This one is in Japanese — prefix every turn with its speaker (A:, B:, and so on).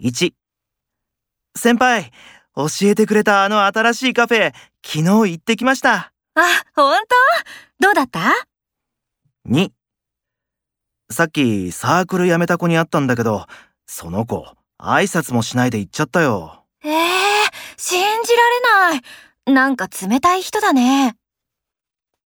A: 1先輩教えてくれたあの新しいカフェ昨日行ってきました
B: あ、本当どうだった
A: 2さっきサークル辞めた子に会ったんだけどその子挨拶もしないで行っちゃったよ
B: ええ信じられない。なんか冷たい人だね。